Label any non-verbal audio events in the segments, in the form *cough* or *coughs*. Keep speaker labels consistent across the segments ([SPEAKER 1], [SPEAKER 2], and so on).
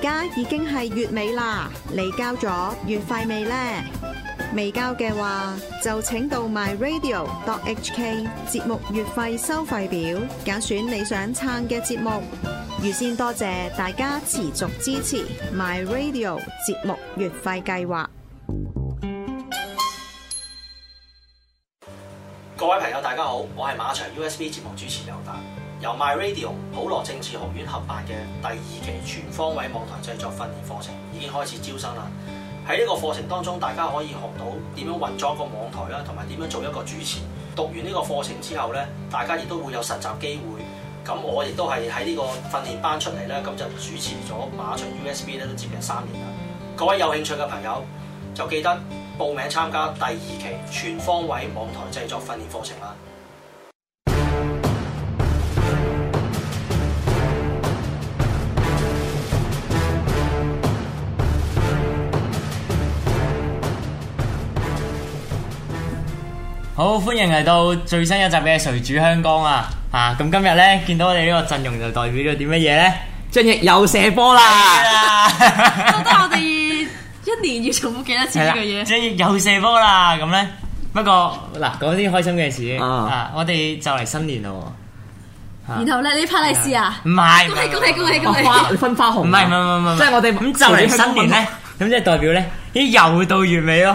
[SPEAKER 1] 家已經係月尾啦，你交咗月費未呢？未交嘅話，就請到 myradio.hk 節目月費收費表，揀選你想撐嘅節目。預先多謝大家持續支持 myradio 節目月費計劃。
[SPEAKER 2] 各位朋友，大家好，我係馬場 USB 節目主持尤達，由 My Radio 普羅政治學院合辦嘅第二期全方位網台製作訓練課程已經開始招生啦。喺呢個課程當中，大家可以學到點樣運作一個網台啦，同埋點樣做一個主持。讀完呢個課程之後呢，大家亦都會有實習機會。咁我亦都係喺呢個訓練班出嚟呢，咁就主持咗馬場 USB 咧都接近三年啦。各位有興趣嘅朋友就記得報名參加第二期全方位網台製作訓練課程啦。
[SPEAKER 3] 好，歡迎嚟到最新一集嘅誰主香江啊！啊，咁今日咧見到我哋呢個陣容就代表咗啲乜嘢咧？
[SPEAKER 4] 張翼又射波啦！
[SPEAKER 5] 覺得我哋一年要重複幾多次呢個嘢？
[SPEAKER 3] 張翼又射波啦！咁咧，不過嗱，講啲開心嘅事
[SPEAKER 4] 啊
[SPEAKER 3] 啊，我哋就嚟新年咯
[SPEAKER 5] 然後咧，你派利是啊？
[SPEAKER 3] 喎，唔係，
[SPEAKER 5] 恭喜恭喜恭喜
[SPEAKER 4] 哦
[SPEAKER 5] 恭
[SPEAKER 4] *laughs*
[SPEAKER 5] 喜！
[SPEAKER 4] 花分花紅啊，
[SPEAKER 3] 唔係唔係唔係，
[SPEAKER 4] 即係我哋
[SPEAKER 3] 咁就嚟新年咧，咁即係代表咧，咦又到月尾咯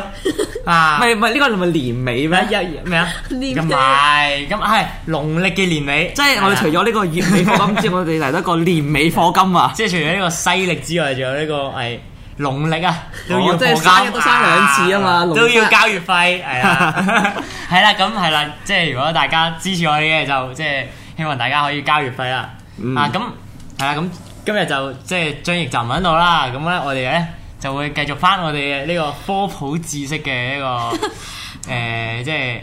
[SPEAKER 3] 啊！
[SPEAKER 4] 唔係唔係呢個係 *laughs* 咪年尾咩？
[SPEAKER 3] 一咩啊？
[SPEAKER 5] 年
[SPEAKER 3] 咁唔係，咁係農曆嘅年尾，
[SPEAKER 4] 即係我哋除咗呢個月尾課金之外，我哋嚟得個年尾課金啊！
[SPEAKER 3] 即係除咗呢個西歷之外，仲有呢個係農曆啊，都要
[SPEAKER 4] 哦即
[SPEAKER 3] 課金
[SPEAKER 4] 係生日都生兩次啊
[SPEAKER 3] *laughs*
[SPEAKER 4] 嘛農曆
[SPEAKER 3] 都要交月費，係啦，係啦，咁係啦，即係如果大家支持我哋嘅，就即係希望大家可以交月費啦。
[SPEAKER 4] 嗯
[SPEAKER 3] 啊，咁係啦，咁今日就即係張翼就唔喺度啦，咁咧我哋咧就會繼續翻我哋嘅呢個科普知識嘅一
[SPEAKER 4] *laughs*
[SPEAKER 3] 個誒，即係。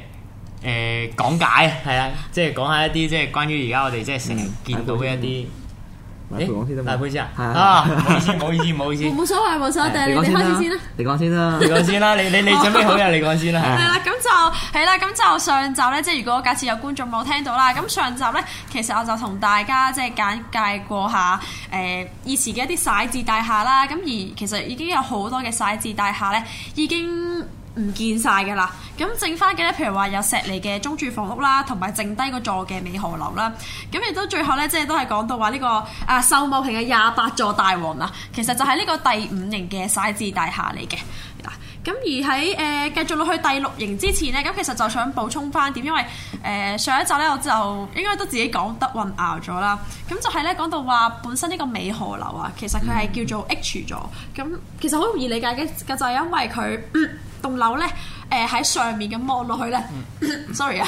[SPEAKER 3] 誒、講解係啦，即係講下一啲即係關於而家我哋即係成日
[SPEAKER 4] 嗯
[SPEAKER 3] 見到嘅一啲。
[SPEAKER 4] 陪講先得嘛
[SPEAKER 3] 大杯先啊！
[SPEAKER 4] 係
[SPEAKER 3] 啊，唔好意思，唔好意思，唔好意思，
[SPEAKER 5] 冇冇所謂冇所謂，
[SPEAKER 4] *laughs* 啊你
[SPEAKER 5] 你
[SPEAKER 4] 講
[SPEAKER 5] 哋
[SPEAKER 4] 先
[SPEAKER 5] 開
[SPEAKER 4] 啦
[SPEAKER 5] 始先啦。，
[SPEAKER 4] 你講先啦
[SPEAKER 3] 你。講先啦，你你你準備好嘅，你講先
[SPEAKER 5] 係
[SPEAKER 4] 啊
[SPEAKER 3] 啦。
[SPEAKER 5] 啦，咁就係啦，咁就上集咧，即係如果假設有觀眾冇聽到啦，咁上集咧，其實我就同大家即係簡介過下誒、呃、以前嘅一啲徙置大廈啦，咁而其實已經有好多嘅徙置大廈咧已經。唔見晒㗎啦，咁剩翻嘅咧，譬如話有石梨嘅中住房屋啦，同埋剩低嗰座嘅美荷樓啦，咁亦都最後咧，即係都係講到話呢、個啊秀茂坪嘅廿八座大王啦，其實就係呢個第五型嘅徙置大廈嚟嘅嗱。咁而喺誒、呃、繼續落去第六型之前呢，咁其實就想補充翻點，因為誒、呃上一集呢，我就應該都自己講得混淆咗啦。咁就係呢，講到話本身呢個美荷樓啊，其實佢係叫做 H 座，咁其實好容易理解嘅，嘅就係因為佢嗯棟樓呢，誒、喺上面咁望落去呢 *coughs* sorry 啊。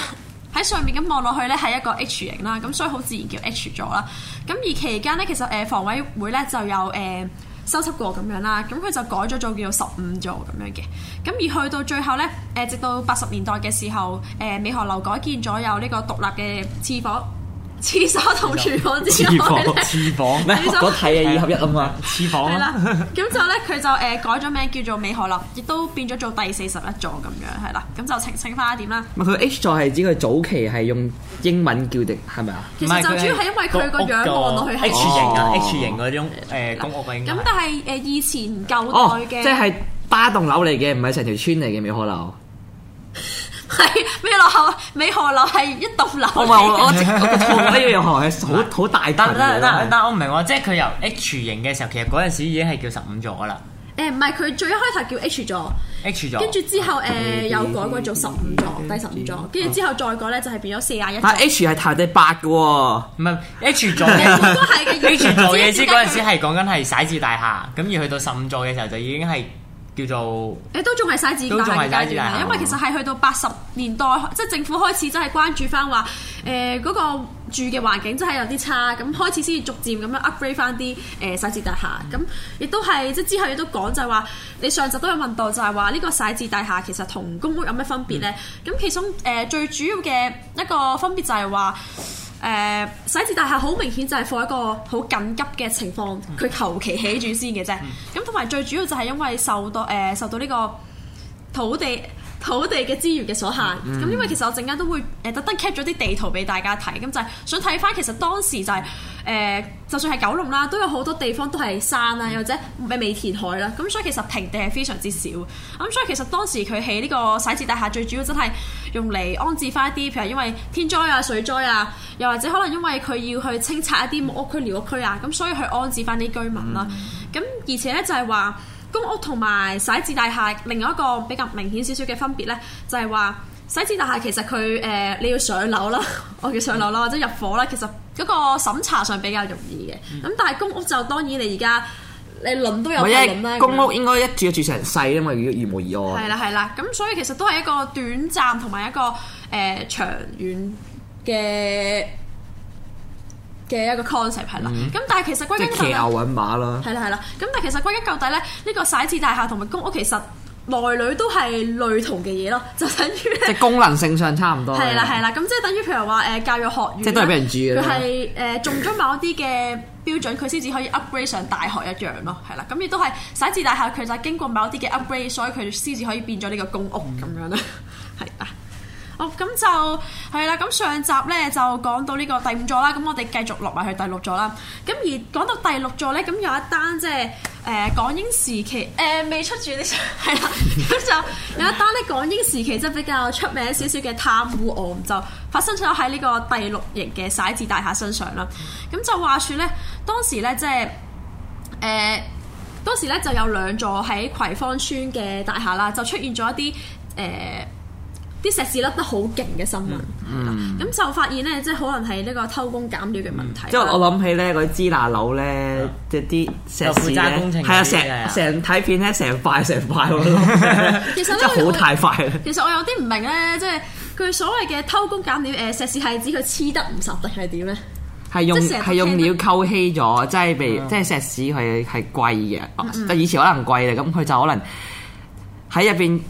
[SPEAKER 5] 喺上面咁望落去呢，係一個 H 型啦，咁所以好自然叫 H 座啦。咁而期間呢，其實誒房委會呢就有誒、呃修葺過咁樣啦，咁佢就改咗做叫做十五座咁樣嘅。咁而去到最後呢，誒直到八十年代嘅時候，誒美荷樓改建咗有呢個獨立嘅廁房、 *laughs* 廁所同廚房之
[SPEAKER 4] *laughs*
[SPEAKER 5] 外呢
[SPEAKER 3] 廁房
[SPEAKER 4] 唔係嗰題啊，二合一啊嘛。
[SPEAKER 3] 廁房
[SPEAKER 5] 係啦
[SPEAKER 3] 啊，，
[SPEAKER 5] 咁就咧佢就誒、呃改咗名叫做美荷樓，亦都變咗做第四十一座咁樣係啦，咁就澄清翻一點啦。
[SPEAKER 4] 唔係佢 H 座係指佢早期係用英文叫的，係咪啊？
[SPEAKER 5] 其實就主要係因為佢個樣望落去係
[SPEAKER 3] H 型啊
[SPEAKER 4] 哦
[SPEAKER 3] ，H 型嗰種誒公屋啊，應該
[SPEAKER 5] 咁但係誒、呃以前
[SPEAKER 4] 哦
[SPEAKER 5] 舊，
[SPEAKER 4] 即
[SPEAKER 5] 代嘅
[SPEAKER 4] 係巴棟樓嚟嘅，唔係成條村嚟嘅美可樓。
[SPEAKER 5] *laughs* 係美落後美荷樓係一棟樓
[SPEAKER 4] *laughs* 我
[SPEAKER 5] 嚟
[SPEAKER 4] 唔係我我
[SPEAKER 5] 嘅 *laughs*
[SPEAKER 4] 直我錯呢樣行係好好大單
[SPEAKER 3] 但但但
[SPEAKER 4] 嘅。
[SPEAKER 3] 但我唔明喎，即係佢由 H 型嘅時候，其實嗰陣時已經係叫十五座噶啦
[SPEAKER 5] 誒唔係佢最一開頭叫 H 座。
[SPEAKER 3] ，H 座。
[SPEAKER 5] 跟住之後誒、呃有改過做十五座，第十五座，跟住之後再改咧就係變咗四廿一座
[SPEAKER 4] 但。H 啊係排第八嘅喎。
[SPEAKER 3] 唔係 H 座
[SPEAKER 5] 其實
[SPEAKER 3] 嘅
[SPEAKER 5] *laughs* 都係嘅
[SPEAKER 3] H 座嘅意思
[SPEAKER 5] 只係
[SPEAKER 3] 嗰陣時係講緊係徙置大廈，咁而去到十五座嘅時候就已經係叫做
[SPEAKER 5] 誒都仲係嘥
[SPEAKER 3] 都
[SPEAKER 5] 紙
[SPEAKER 3] 仲係
[SPEAKER 5] 大
[SPEAKER 3] 嘥
[SPEAKER 5] 嘅
[SPEAKER 3] 紙
[SPEAKER 5] 階
[SPEAKER 3] 大
[SPEAKER 4] 啊
[SPEAKER 5] 段
[SPEAKER 3] 廈
[SPEAKER 5] 因為其實係去到八十年代，即係政府開始真係關注翻話誒嗰個住嘅環境真係有啲差，咁開始先至逐漸咁樣 upgrade 翻啲誒徙置大廈，咁亦都係即係之後亦都講就係話，你上集都有問到就係話呢個徙置大廈其實同公屋有咩分別呢？咁、其中誒、呃最主要嘅一個分別就係話。誒徙置大廈好明顯就係放一個好緊急嘅情況，佢求其起住先嘅啫。咁同埋最主要就係因為受到誒、呃受到呢個土地土地嘅資源嘅所限。咁、因為其實我陣間都會誒、特登 cap 咗啲地圖俾大家睇，咁就係想睇翻其實當時就係、誒、就算係九龍啦，都有好多地方都係山啊啦，又或者未未填海啦。咁所以其實平地係非常之少。咁所以其實當時佢起呢個徙置大廈，最主要真係用嚟安置翻一啲，譬如因為天災啊、水災啊，又或者可能因為佢要去清拆一啲木屋區、寮屋區啊，咁所以去安置翻啲居民啦。咁、而且咧就係話。公屋同埋徙置大廈另外一個比較明顯少少嘅分別呢，就係話徙置大廈其實佢誒、呃你要上樓啦， *laughs* 我叫上樓啦，或者入伙啦，其實嗰個審查上比較容易嘅。
[SPEAKER 4] 嗯
[SPEAKER 5] 咁、但係公屋就當然你而家你輪都有
[SPEAKER 4] 或
[SPEAKER 5] 排輪啦，
[SPEAKER 4] 者公屋應該一住就住成世啊嘛，如果如無意
[SPEAKER 5] 係
[SPEAKER 4] 外。
[SPEAKER 5] 啦係啦，咁所以其實都係一個短暫同埋一個誒、呃、長遠嘅嘅一個 concept 係啦。咁、但係其實歸
[SPEAKER 4] 嗯即係
[SPEAKER 5] 根究
[SPEAKER 4] 騎
[SPEAKER 5] 底
[SPEAKER 4] 牛揾馬啦。
[SPEAKER 5] 係啦係啦，咁但係其實歸根究底咧，呢、呢個徙置大廈同埋公屋其實內裏都係類同嘅嘢咯， *laughs* 就等於咧
[SPEAKER 4] 即係功能性上差唔多。
[SPEAKER 5] 係啦係啦，咁即係等於譬如話誒、呃教育學院啦，
[SPEAKER 4] 即係都係俾人住嘅啫
[SPEAKER 5] 佢係誒中咗某一啲嘅標準，佢先至可以 upgrade 上大學一樣咯，係啦。咁亦都係徙置大廈，佢就係經過某一啲嘅 upgrade，所以佢先至可以變咗呢個公屋咁樣啦，係啊。好，咁就係啦。咁上集咧就講到呢個第五座啦，咁我哋繼續落埋去第六座啦。咁而講到第六座咧，咁有一單即係誒港英時期誒、呃未出住 *laughs* 啲相係啦，咁就有一單咧港英時期即係比較出名少少嘅貪污案，就發生咗喺呢個第六型嘅徙置大廈身上啦。咁就話説咧，當時咧即係。誒、當時咧就有兩座喺葵芳村嘅大廈啦，就出現咗一啲誒。啲石屎甩得好勁嘅新聞，係啦咁、就發現咧，即係可能係呢個偷工減料嘅問題啦。
[SPEAKER 4] 嗯即係我諗起咧，嗰啲支那樓
[SPEAKER 5] 哦
[SPEAKER 4] 咧，即係啲石屎
[SPEAKER 3] 有負責工程
[SPEAKER 4] 咧，
[SPEAKER 3] 嗰啲
[SPEAKER 4] 係啊，
[SPEAKER 3] 嘅
[SPEAKER 4] 成成睇片咧，成塊成塊我諗，
[SPEAKER 5] *laughs* 其實
[SPEAKER 4] 真
[SPEAKER 5] 呢
[SPEAKER 4] 係好太快啦。
[SPEAKER 5] 其實我有啲唔明咧，即係佢所謂嘅偷工減料，誒、石屎係指佢黐得唔實定係點咧？
[SPEAKER 4] 係用
[SPEAKER 5] 即係成日
[SPEAKER 4] 係用料溝稀咗，即係譬如即係石屎係係貴嘅，哦即係以前可能貴嘅，咁佢就可能喺入邊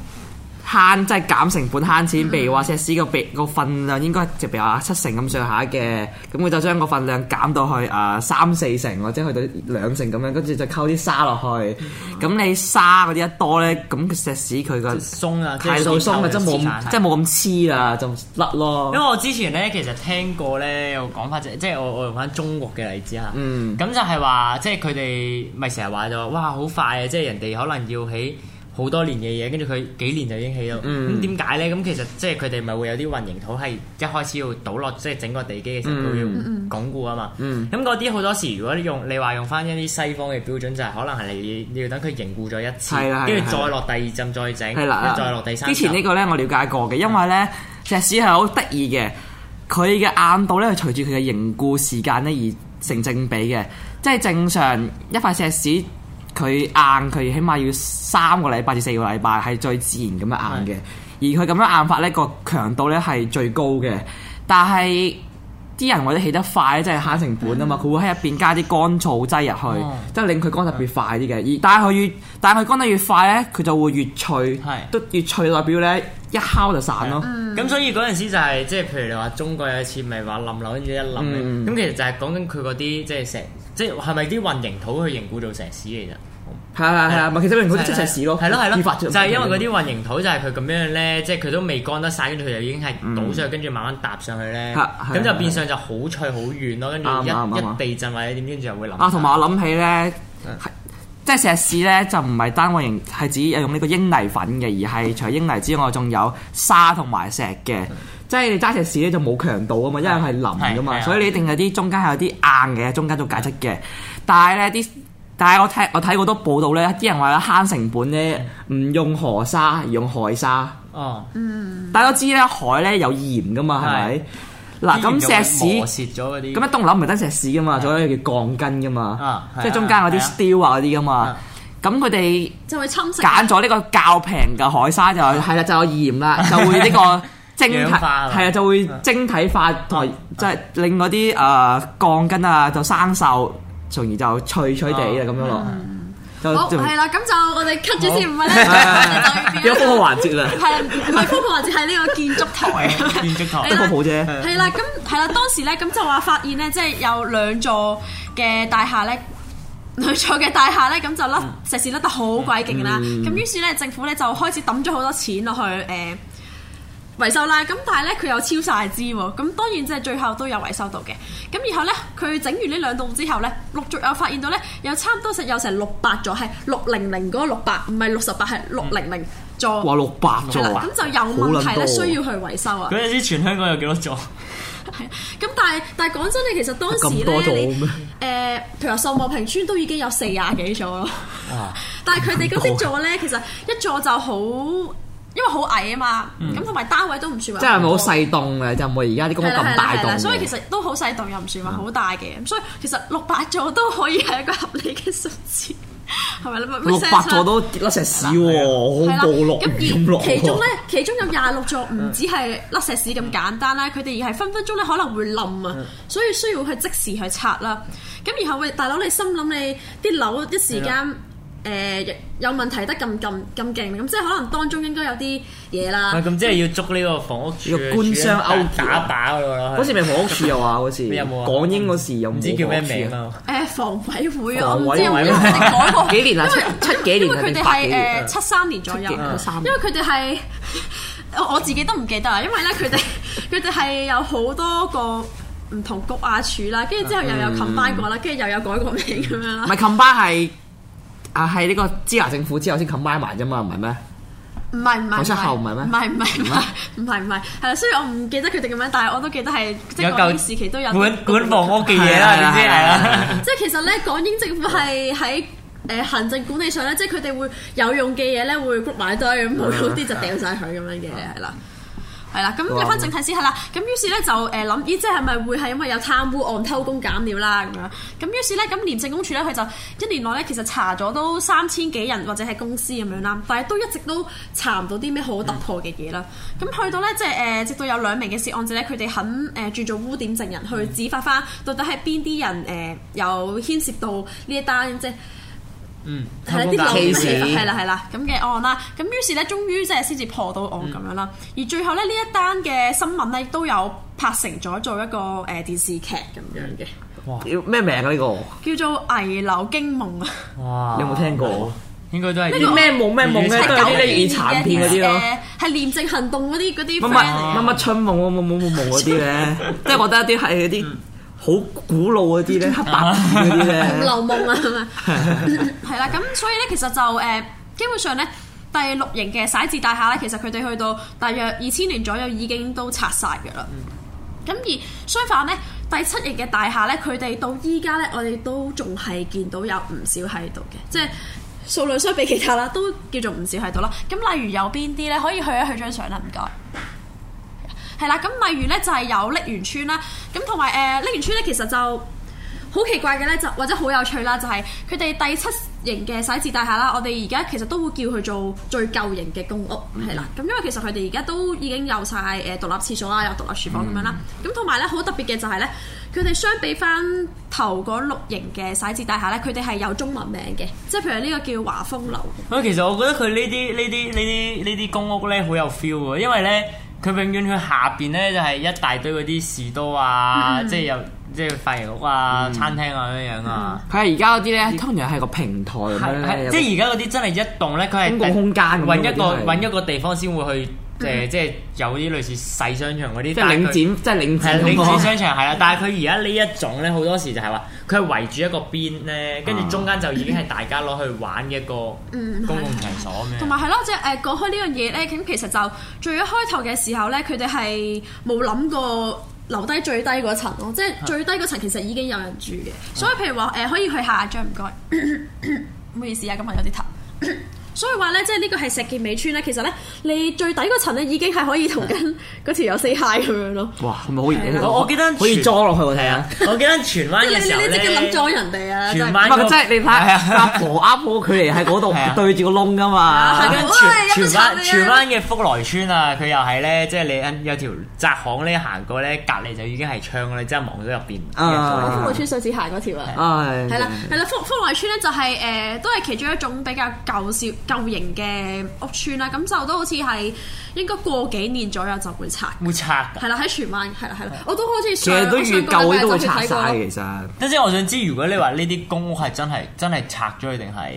[SPEAKER 4] 慳，即係減成本慳錢。譬如話石屎個比個份量應該就譬如話七成咁上下嘅，咁佢就將個份量減到去啊三四成或者去到兩成咁樣，跟住就溝啲沙落去。咁你沙嗰啲一多咧，咁石屎佢個
[SPEAKER 3] 鬆啊，即係
[SPEAKER 4] 態度鬆啊，
[SPEAKER 3] 即
[SPEAKER 4] 真冇咁即係冇咁黐啦，就甩
[SPEAKER 3] 因為
[SPEAKER 4] 咯。
[SPEAKER 3] 我之前咧其實聽過咧有講法，即即係我我用翻中國嘅例子啊嚇，咁、
[SPEAKER 4] 嗯
[SPEAKER 3] 就係話即係佢哋咪成日話就話哇好快啊！即係人哋可能要起好多年嘅嘢，跟住佢幾年就已經起到。咁
[SPEAKER 4] 嗯
[SPEAKER 3] 點解咧？咁其實即係佢哋咪會有啲混凝土係一開始要倒落即係整個地基嘅時候都要鞏固啊嘛。
[SPEAKER 4] 嗯
[SPEAKER 3] 咁嗰啲好多時如果你用你話用翻一啲西方嘅標準，就係可能係你你要等佢凝固咗一次
[SPEAKER 4] 係啦係，啦
[SPEAKER 3] 跟住
[SPEAKER 4] 係
[SPEAKER 3] 再
[SPEAKER 4] 啦
[SPEAKER 3] 落第二浸再整，
[SPEAKER 4] 係啦，啊
[SPEAKER 3] 再落第三浸。
[SPEAKER 4] 之前呢個咧我了解過嘅，因為咧石屎係好得意嘅，佢嘅硬度咧係隨住佢嘅凝固時間咧而成正比嘅，即係正常一塊石屎。佢硬佢起碼要三個禮拜至四個禮拜係最自然咁樣硬嘅，而佢咁樣硬法咧個強度咧係最高嘅，但係啲人為咗起得快咧，即係慳成本啊嘛，佢會喺入邊加啲乾燥劑入去
[SPEAKER 3] 嗯哦，
[SPEAKER 4] 即係令佢乾得特別快啲嘅。而但係佢越但係佢乾得越快咧，佢就會越脆
[SPEAKER 3] 係，
[SPEAKER 4] 都越脆代表咧一敲就散咯。
[SPEAKER 3] 咁所以嗰陣時就係即係譬如你話中國有一次咪話冧樓跟住一冧咧，
[SPEAKER 4] 嗯
[SPEAKER 3] 咁其實就係講緊佢嗰啲即係石，即係係咪啲混凝土去凝固做石屎嚟啫？
[SPEAKER 4] 係啊係啊，咪其實佢即係石屎咯，
[SPEAKER 3] 係咯係咯
[SPEAKER 4] 易發，
[SPEAKER 3] 就係因為嗰啲混凝土就係佢咁樣咧，即係佢都未乾得晒，跟住佢就已經係倒上去，跟住慢慢搭上去咧，
[SPEAKER 4] 嗯係啊係
[SPEAKER 3] 咁就變相就好脆好軟咯，跟住
[SPEAKER 4] 啱啱啱
[SPEAKER 3] 一一
[SPEAKER 4] 啱
[SPEAKER 3] 地震或者點，跟住就會冧。
[SPEAKER 4] 啊，同埋我諗起咧，
[SPEAKER 3] 嗯
[SPEAKER 4] 係即係石屎咧就唔係單位型，係指用呢個英泥粉嘅，而係除咗英泥之外，仲有沙同埋石嘅。即係你揸石屎咧就冇強度啊嘛，因為係腍噶
[SPEAKER 3] 嗯係啊
[SPEAKER 4] 嘛，
[SPEAKER 3] 係
[SPEAKER 4] 所以你一定有啲中間係有啲硬嘅，中間做解釋嘅。但係咧啲，但係我睇我睇好多報道咧，啲人話慳成本咧，
[SPEAKER 3] 嗯
[SPEAKER 4] 唔用河沙，而用海沙。
[SPEAKER 3] 哦，
[SPEAKER 4] 大家都知咧，海咧有鹽噶嘛，係咪？嗱，咁石
[SPEAKER 3] 啲
[SPEAKER 4] 屎
[SPEAKER 3] 鹽就會磨。蝕咗嗰啲，
[SPEAKER 4] 咁啊一棟樓唔係得石屎噶嘛，仲有一個叫鋼筋噶嘛
[SPEAKER 3] 啊係啊，
[SPEAKER 4] 即係中間嗰
[SPEAKER 3] 係
[SPEAKER 4] 啲
[SPEAKER 3] 啊
[SPEAKER 4] steel 啊嗰啲噶嘛
[SPEAKER 3] 啊。
[SPEAKER 4] 咁佢哋
[SPEAKER 5] 就會侵蝕
[SPEAKER 4] 揀咗呢個較平嘅海沙就係係啦，就有鹽啦，就會呢
[SPEAKER 3] *laughs*
[SPEAKER 4] 個晶體
[SPEAKER 3] 啊氧化啊
[SPEAKER 4] 係啊，就會晶體化同埋
[SPEAKER 3] 啊
[SPEAKER 4] 即係令嗰啲誒鋼筋啊就生鏽，從而就脆脆地啊啦咁樣咯。
[SPEAKER 3] 啊
[SPEAKER 4] 就
[SPEAKER 5] 好
[SPEAKER 4] 就
[SPEAKER 5] 係啦，咁就我哋 cut 咗先，唔係咧，就
[SPEAKER 4] *laughs* 有
[SPEAKER 5] 會變咗
[SPEAKER 4] 科學環節啦，
[SPEAKER 5] 係啊唔係科普環節係呢個建築台？
[SPEAKER 4] *laughs*
[SPEAKER 3] 建築
[SPEAKER 5] 係
[SPEAKER 3] 台
[SPEAKER 5] 啦
[SPEAKER 4] 都科普啫。
[SPEAKER 5] 係啦，咁係啦，當時咧咁就話發現咧，即係有兩座嘅大廈咧。女座嘅大廈咧，咁就
[SPEAKER 4] 嗯
[SPEAKER 5] 甩石屎甩得好鬼勁啦。咁、於是咧，政府咧就開始抌咗好多錢落去誒、呃維修啦。咁但係咧，佢又超晒支喎。咁當然即係最後都有維修到嘅。咁然後咧，佢整完呢兩棟之後咧，陸續又發現到咧，有差唔多成有成六百座，係六零零嗰個六百，唔係六十八，係六零零座。
[SPEAKER 4] 哇六百
[SPEAKER 5] 係
[SPEAKER 4] 座
[SPEAKER 5] 啦
[SPEAKER 4] 啊！
[SPEAKER 5] 咁就有
[SPEAKER 4] 好
[SPEAKER 5] 問
[SPEAKER 4] 撚
[SPEAKER 5] 題咧，
[SPEAKER 4] 多
[SPEAKER 5] 需要去維修啊。
[SPEAKER 3] 嗰陣時全香港有幾多座？
[SPEAKER 5] 係咁但係但係講真，你其實當時
[SPEAKER 4] 咁多座
[SPEAKER 5] 咧，你
[SPEAKER 4] 咩
[SPEAKER 5] 誒、譬如話秀茂坪村都已經有四廿幾座咯。 *laughs* 但係佢哋嗰啲座咧，其實一座就好，因為好矮啊嘛，咁同埋單位都唔算
[SPEAKER 4] 嗯
[SPEAKER 5] 話
[SPEAKER 4] 即係咪好
[SPEAKER 5] 多
[SPEAKER 4] 細棟嘅，就冇而家啲公屋
[SPEAKER 5] 係
[SPEAKER 4] 咁
[SPEAKER 5] 啦係啦
[SPEAKER 4] 大
[SPEAKER 5] 係啦，
[SPEAKER 4] 棟。嗯
[SPEAKER 5] 所以其實都好細棟，又唔算話好大嘅，咁所以其實六百座都可以係一個合理嘅數字，係咪？咪咪
[SPEAKER 4] 六
[SPEAKER 5] sense 啦
[SPEAKER 4] 百座都甩石屎喎，
[SPEAKER 5] 係
[SPEAKER 4] 好
[SPEAKER 5] 啦，
[SPEAKER 4] 暴落咁
[SPEAKER 5] 咁
[SPEAKER 4] 落喎。
[SPEAKER 5] 而
[SPEAKER 4] 嗯
[SPEAKER 5] 其中咧，其中有廿六座唔止係甩石屎咁簡單啦，佢哋而係分分鐘咧可能會冧
[SPEAKER 4] 嗯
[SPEAKER 5] 啊，所以需要去即時去拆啦。咁然後喂，大佬你心諗你啲
[SPEAKER 4] 啊
[SPEAKER 5] 樓一時間誒有問題得咁咁咁勁，咁即係可能當中應該有啲嘢啦
[SPEAKER 3] 唔啊係。咁，即係要捉呢個房屋處
[SPEAKER 4] 啊嗯
[SPEAKER 3] 啊
[SPEAKER 4] 要官商勾結啊
[SPEAKER 3] 打靶嗰度咯。
[SPEAKER 4] 嗰時咪房屋處又話嗰時，
[SPEAKER 3] 啊有冇啊
[SPEAKER 4] 港英嗰時有
[SPEAKER 3] 唔知叫咩名？啊？
[SPEAKER 5] 誒房委會啊，我
[SPEAKER 4] 房
[SPEAKER 5] 唔
[SPEAKER 4] 委
[SPEAKER 5] 知有冇
[SPEAKER 4] 會
[SPEAKER 5] 因為佢哋
[SPEAKER 4] *laughs*
[SPEAKER 5] 改過
[SPEAKER 4] 幾年啊
[SPEAKER 5] 因為
[SPEAKER 4] 七七幾年
[SPEAKER 5] 因為佢哋
[SPEAKER 4] 定八幾
[SPEAKER 5] 係
[SPEAKER 4] 年
[SPEAKER 5] 誒七三年左右，
[SPEAKER 4] 七幾年七三
[SPEAKER 5] 因
[SPEAKER 4] 年
[SPEAKER 5] 為佢哋係我我自己都唔記得啦，啊因為咧佢哋佢哋係有好多個唔同局啊處啦，跟住之後又有 combine 過啦，跟住又有改過名咁樣
[SPEAKER 4] 唔
[SPEAKER 5] 啦。
[SPEAKER 4] 係 combine 係啊，係呢個支那政府之後先 combine 埋啫嘛，唔係咩？
[SPEAKER 5] 唔係唔係
[SPEAKER 4] 九
[SPEAKER 5] 唔
[SPEAKER 4] 七後唔係
[SPEAKER 5] 係
[SPEAKER 4] 咩
[SPEAKER 5] 唔係唔係唔係唔係唔係係啦，雖然我唔記得佢哋咁樣，但係我都記得係即
[SPEAKER 3] 有
[SPEAKER 5] 係港
[SPEAKER 3] 嚿
[SPEAKER 5] 英時期都有
[SPEAKER 3] 管管房屋嘅嘢啦，
[SPEAKER 4] 係
[SPEAKER 3] 總之
[SPEAKER 4] 啦
[SPEAKER 3] 係啊
[SPEAKER 4] 係啦係啊
[SPEAKER 3] 啦。
[SPEAKER 5] 即係其實咧，港英政府係喺誒行政管理上咧，即係佢哋會有用嘅嘢咧，會 group 埋一堆咁，冇用啲就掉晒佢咁樣嘅，係啦。係啦，咁
[SPEAKER 4] 哇
[SPEAKER 5] 入翻正題先係啦，咁於是咧就誒呃諗，咦，即係咪會係因為有貪污案偷工減料啦咁樣？咁於是咧，咁廉政公署咧佢就一年內咧其實查咗都三千幾人或者係公司咁樣啦，但係都一直都查唔到啲咩好突破嘅嘢啦。咁、去到咧即係誒，直到有兩名嘅涉案者咧，佢哋肯誒轉做污點證人去指發翻到底係邊啲人誒、呃有牽涉到呢一單即係。
[SPEAKER 3] 嗯，
[SPEAKER 5] 係啦，啲漏
[SPEAKER 4] 漏
[SPEAKER 5] 氣
[SPEAKER 4] 氣事
[SPEAKER 5] 係啦係啦咁嘅案啦，咁於是咧，終於即係先至破到案咁樣啦。而最後咧，呢一單嘅新聞咧都有拍成咗做一個誒電視劇咁
[SPEAKER 4] 嗯
[SPEAKER 5] 樣嘅，
[SPEAKER 4] 要咩名啊？呢個
[SPEAKER 5] 叫做《危樓驚夢》啊，
[SPEAKER 3] 哇！
[SPEAKER 4] 你有冇聽過？？
[SPEAKER 3] 應該都係
[SPEAKER 4] 啲咩夢咩夢咧，
[SPEAKER 3] 係
[SPEAKER 4] 都係啲
[SPEAKER 5] 九
[SPEAKER 4] 啲以殘片嗰啲咯。
[SPEAKER 5] 誒係廉政行動嗰啲嗰啲
[SPEAKER 4] 乜乜
[SPEAKER 5] friend 嚟嘅
[SPEAKER 4] 乜乜春夢啊，冇冇冇夢嗰
[SPEAKER 3] *laughs*
[SPEAKER 4] 啲咧，即係覺得一啲係嗰啲
[SPEAKER 3] 嗯
[SPEAKER 4] 好古老嗰啲咧，黑白片嗰啲
[SPEAKER 5] *laughs* 《
[SPEAKER 4] 咧，
[SPEAKER 5] 紅樓夢》啊係咪，係啦，咁所以咧，其實就誒、呃基本上咧，第六型嘅徙置大廈咧，其實佢哋去到大約二千年左右已經都拆晒嘅啦。咁、而相反咧，第七型嘅大廈咧，佢哋到依家咧，我哋都仲係見到有唔少喺度嘅，即係。數量相比其他啦，都叫做唔少喺度啦。咁例如有邊啲咧？可以去一去張相啦，唔該。係啦，咁例如咧就係有瀝源村啦，咁同埋誒瀝源村咧其實就好奇怪嘅咧，就或者好有趣啦，就係佢哋第七型嘅徙置大廈啦，我哋而家其實都會叫佢做最舊型嘅公屋，係啦、咁因為其實佢哋而家都已經有晒誒獨立廁所啊啦，有獨立廚房咁樣啦，咁同埋咧好特別嘅就係咧，佢哋相比翻頭嗰六型嘅徙置大廈咧，佢哋係有中文名嘅，即係譬如呢個叫華豐樓，啊
[SPEAKER 3] 喂，其實我覺得佢呢啲呢啲呢啲呢啲公屋咧好有 feel 喎，因為咧佢永遠佢下邊咧就係一大堆嗰啲士多啊，
[SPEAKER 5] 嗯
[SPEAKER 3] 即係有即係髮型屋啊、
[SPEAKER 4] 嗯
[SPEAKER 3] 餐廳啊咁樣樣啊。
[SPEAKER 4] 佢係而家嗰啲咧，通常係個平台咁
[SPEAKER 3] 係
[SPEAKER 4] 樣
[SPEAKER 3] 係
[SPEAKER 4] 咧，
[SPEAKER 3] 即係而家嗰啲真係一棟咧，佢係
[SPEAKER 4] 公共空間咁樣
[SPEAKER 3] 揾一個
[SPEAKER 4] 嗰啲係
[SPEAKER 3] 揾一個地方先會去
[SPEAKER 5] 嗯
[SPEAKER 3] 誒，即係有啲類似細商場嗰啲，
[SPEAKER 4] 即係領展，
[SPEAKER 3] 但係佢
[SPEAKER 4] 即係領
[SPEAKER 3] 係啊
[SPEAKER 4] 展
[SPEAKER 3] 領
[SPEAKER 4] 咁
[SPEAKER 3] 展
[SPEAKER 4] 咯。
[SPEAKER 3] 商場係啦，但係佢而家呢一種咧，好多時就係話佢係圍住一個邊咧，跟住中間就已經係大家攞去玩嘅一個
[SPEAKER 5] 嗯
[SPEAKER 3] 公共場所咁樣。
[SPEAKER 5] 同埋係咯，即係誒講開呢樣嘢咧，咁其實就最一開頭嘅時候咧，佢哋係冇諗過。留低最低嗰層咯，即係最低嗰層其實已經有人住嘅，所以譬如話誒、可以去下一張唔該，唔好意思啊，今日有啲頭。所以話咧，即係呢個係石硤尾村咧，其實咧你最底嗰層咧已經係可以同緊嗰條友 say hi 咁樣咯，
[SPEAKER 4] 哇，係咪好熱
[SPEAKER 5] 啊
[SPEAKER 3] 我我記得
[SPEAKER 4] 可以裝落去我睇下。
[SPEAKER 3] 啊我記得荃灣
[SPEAKER 5] 即係
[SPEAKER 3] 嘅
[SPEAKER 5] 你
[SPEAKER 3] 時候
[SPEAKER 5] 你你即刻諗
[SPEAKER 3] 咧，
[SPEAKER 5] 咗人哋啊，
[SPEAKER 3] 荃
[SPEAKER 5] 真係
[SPEAKER 3] 灣
[SPEAKER 4] 唔係，
[SPEAKER 3] 個
[SPEAKER 4] 即係你睇
[SPEAKER 3] 係
[SPEAKER 4] 阿
[SPEAKER 3] 啊
[SPEAKER 4] 婆阿婆距離喺嗰
[SPEAKER 3] 係啊
[SPEAKER 4] 度對住個窿噶嘛
[SPEAKER 5] 係。
[SPEAKER 3] 跟住
[SPEAKER 5] 喂
[SPEAKER 3] 荃
[SPEAKER 5] 啊
[SPEAKER 3] 荃
[SPEAKER 5] 有得炒
[SPEAKER 3] 灣
[SPEAKER 5] 咩
[SPEAKER 3] 荃灣嘅福來村啊，佢又係咧，即係你嗯有條窄巷咧行過咧，隔離就已經係窗咧，即係望到入邊。
[SPEAKER 5] 我
[SPEAKER 4] 啊
[SPEAKER 5] 風路村上次行嗰條啊。
[SPEAKER 4] 唉
[SPEAKER 5] 呃係啦，係啦，福福來村咧就係、誒、都係其中一種比較舊少舊舊型嘅屋村啦，咁就都好似係應該過幾年左右就會拆。
[SPEAKER 3] 會拆㗎。
[SPEAKER 5] 係啦，喺荃灣，係啦，係啦，我都好似
[SPEAKER 4] 嗯其
[SPEAKER 5] 上
[SPEAKER 4] 實都
[SPEAKER 5] 我上
[SPEAKER 4] 預
[SPEAKER 5] 個
[SPEAKER 4] 舊
[SPEAKER 5] 禮拜
[SPEAKER 4] 都會
[SPEAKER 5] 走去
[SPEAKER 4] 拆
[SPEAKER 5] 睇過咯
[SPEAKER 4] 晒嘅，其實
[SPEAKER 3] 即係我想知，如果你話呢啲公屋係真係真係拆咗佢定係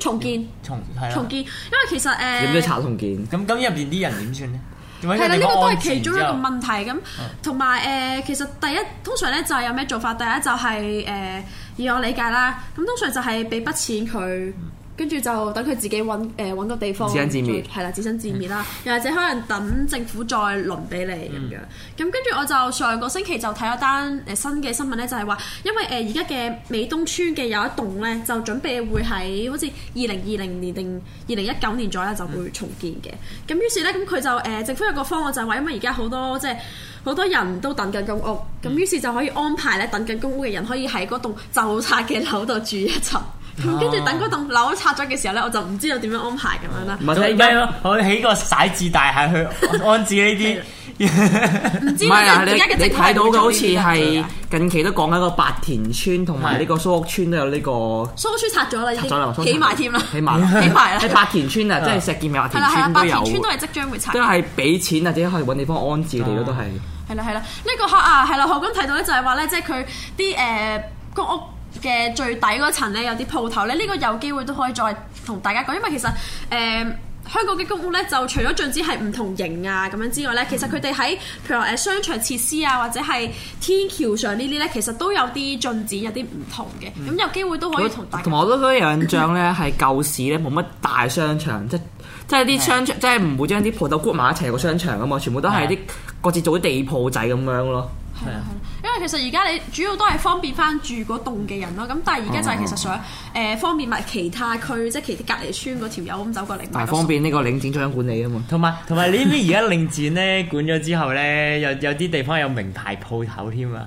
[SPEAKER 5] 重建，
[SPEAKER 3] 重係啦？
[SPEAKER 5] 重建，因為其實誒，
[SPEAKER 4] 嗯點都拆重建。
[SPEAKER 3] 咁咁入邊啲人點算咧？點解
[SPEAKER 5] 係啦，呢
[SPEAKER 3] 地
[SPEAKER 5] 個
[SPEAKER 3] 方
[SPEAKER 5] 都係
[SPEAKER 3] 安置
[SPEAKER 5] 其中一個
[SPEAKER 3] 之後
[SPEAKER 5] 問題咁，
[SPEAKER 4] 嗯
[SPEAKER 5] 同埋呃誒，其實第一通常咧就係有咩做法？第一就係、誒、呃以我理解啦，咁通常就係俾筆錢佢。跟住就等佢自己揾誒揾個地方
[SPEAKER 4] 嗯自生自滅
[SPEAKER 5] 係啦，自生自滅啦。又或者可能等政府再輪俾你咁樣。咁跟住我就上個星期就睇咗單誒新嘅新聞咧，就係話因為誒呃而家嘅美東村嘅有一棟咧，就準備會喺好似二零二零年定二零一九年左右就會重建嘅。咁於是咧，咁佢就誒、呃政府有個方案就係話，因為而家好多即係好多人都等緊公屋，咁於是就可以安排咧等緊公屋嘅人可以喺嗰棟就拆嘅樓度住一層。咁跟住等嗰棟樓拆咗嘅時候咧，我就唔知道點樣安排咁樣啦。
[SPEAKER 4] 唔係
[SPEAKER 3] 咁
[SPEAKER 4] 睇
[SPEAKER 3] 咪咯，我起個徙置大廈去安置
[SPEAKER 5] *laughs*
[SPEAKER 3] 呢啲。
[SPEAKER 5] 唔知
[SPEAKER 4] 唔
[SPEAKER 5] 道
[SPEAKER 4] 係啊！
[SPEAKER 5] 而
[SPEAKER 4] 你
[SPEAKER 5] 家嘅
[SPEAKER 4] 你
[SPEAKER 5] 政府
[SPEAKER 4] 睇到嘅好似
[SPEAKER 5] 係咪做呢啲啊
[SPEAKER 4] 係
[SPEAKER 5] 嘢
[SPEAKER 4] 近期都講緊個白田村同埋呢個蘇屋村都有呢個
[SPEAKER 5] 蘇村拆咗啦，已
[SPEAKER 4] 拆咗啦，
[SPEAKER 5] 經起埋添啦，
[SPEAKER 4] 起埋啦
[SPEAKER 5] *laughs* 起埋啦
[SPEAKER 4] 喺白田村啊，即係石劍嘅白
[SPEAKER 5] 係啦
[SPEAKER 4] 田村
[SPEAKER 5] 係啦，白
[SPEAKER 4] 都有
[SPEAKER 5] 田村都
[SPEAKER 4] 喎，
[SPEAKER 5] 係即將會拆
[SPEAKER 4] 都。係俾錢啊或者去揾地方安置你咯，都係。
[SPEAKER 5] 係啦係啦，呢、個客啊係啦，我咁睇到咧就係話咧，即係佢啲誒公屋。嘅最底嗰層咧，有啲鋪頭咧，呢、個有機會都可以再同大家講，因為其實誒、香港嘅公屋咧，就除咗進資係唔同型啊咁樣之外咧，其實佢哋喺譬如話誒商場設施啊，或者係天橋上呢啲咧，其實都有啲進展，有啲唔同嘅，咁、有機會都可以同大家
[SPEAKER 4] 同埋我都覺得有印象咧，係舊市咧冇乜大商場，即即係啲商場，即係唔會將啲鋪頭 group 埋一齊有個商場噶啊嘛，全部都係啲各自做啲地鋪仔咁樣咯。
[SPEAKER 5] 係啊，係啊因為其實而家你主要都係方便翻住嗰棟嘅人咯，咁但係而家就係其實想誒、呃方便埋其他區，即係其他隔離村嗰條友咁走過嚟買個餸，
[SPEAKER 4] 但係方便呢個領展中央管理啊嘛。
[SPEAKER 3] 同埋同埋呢啲而家領展咧管咗之後咧，有有啲地方有名牌鋪頭添啊！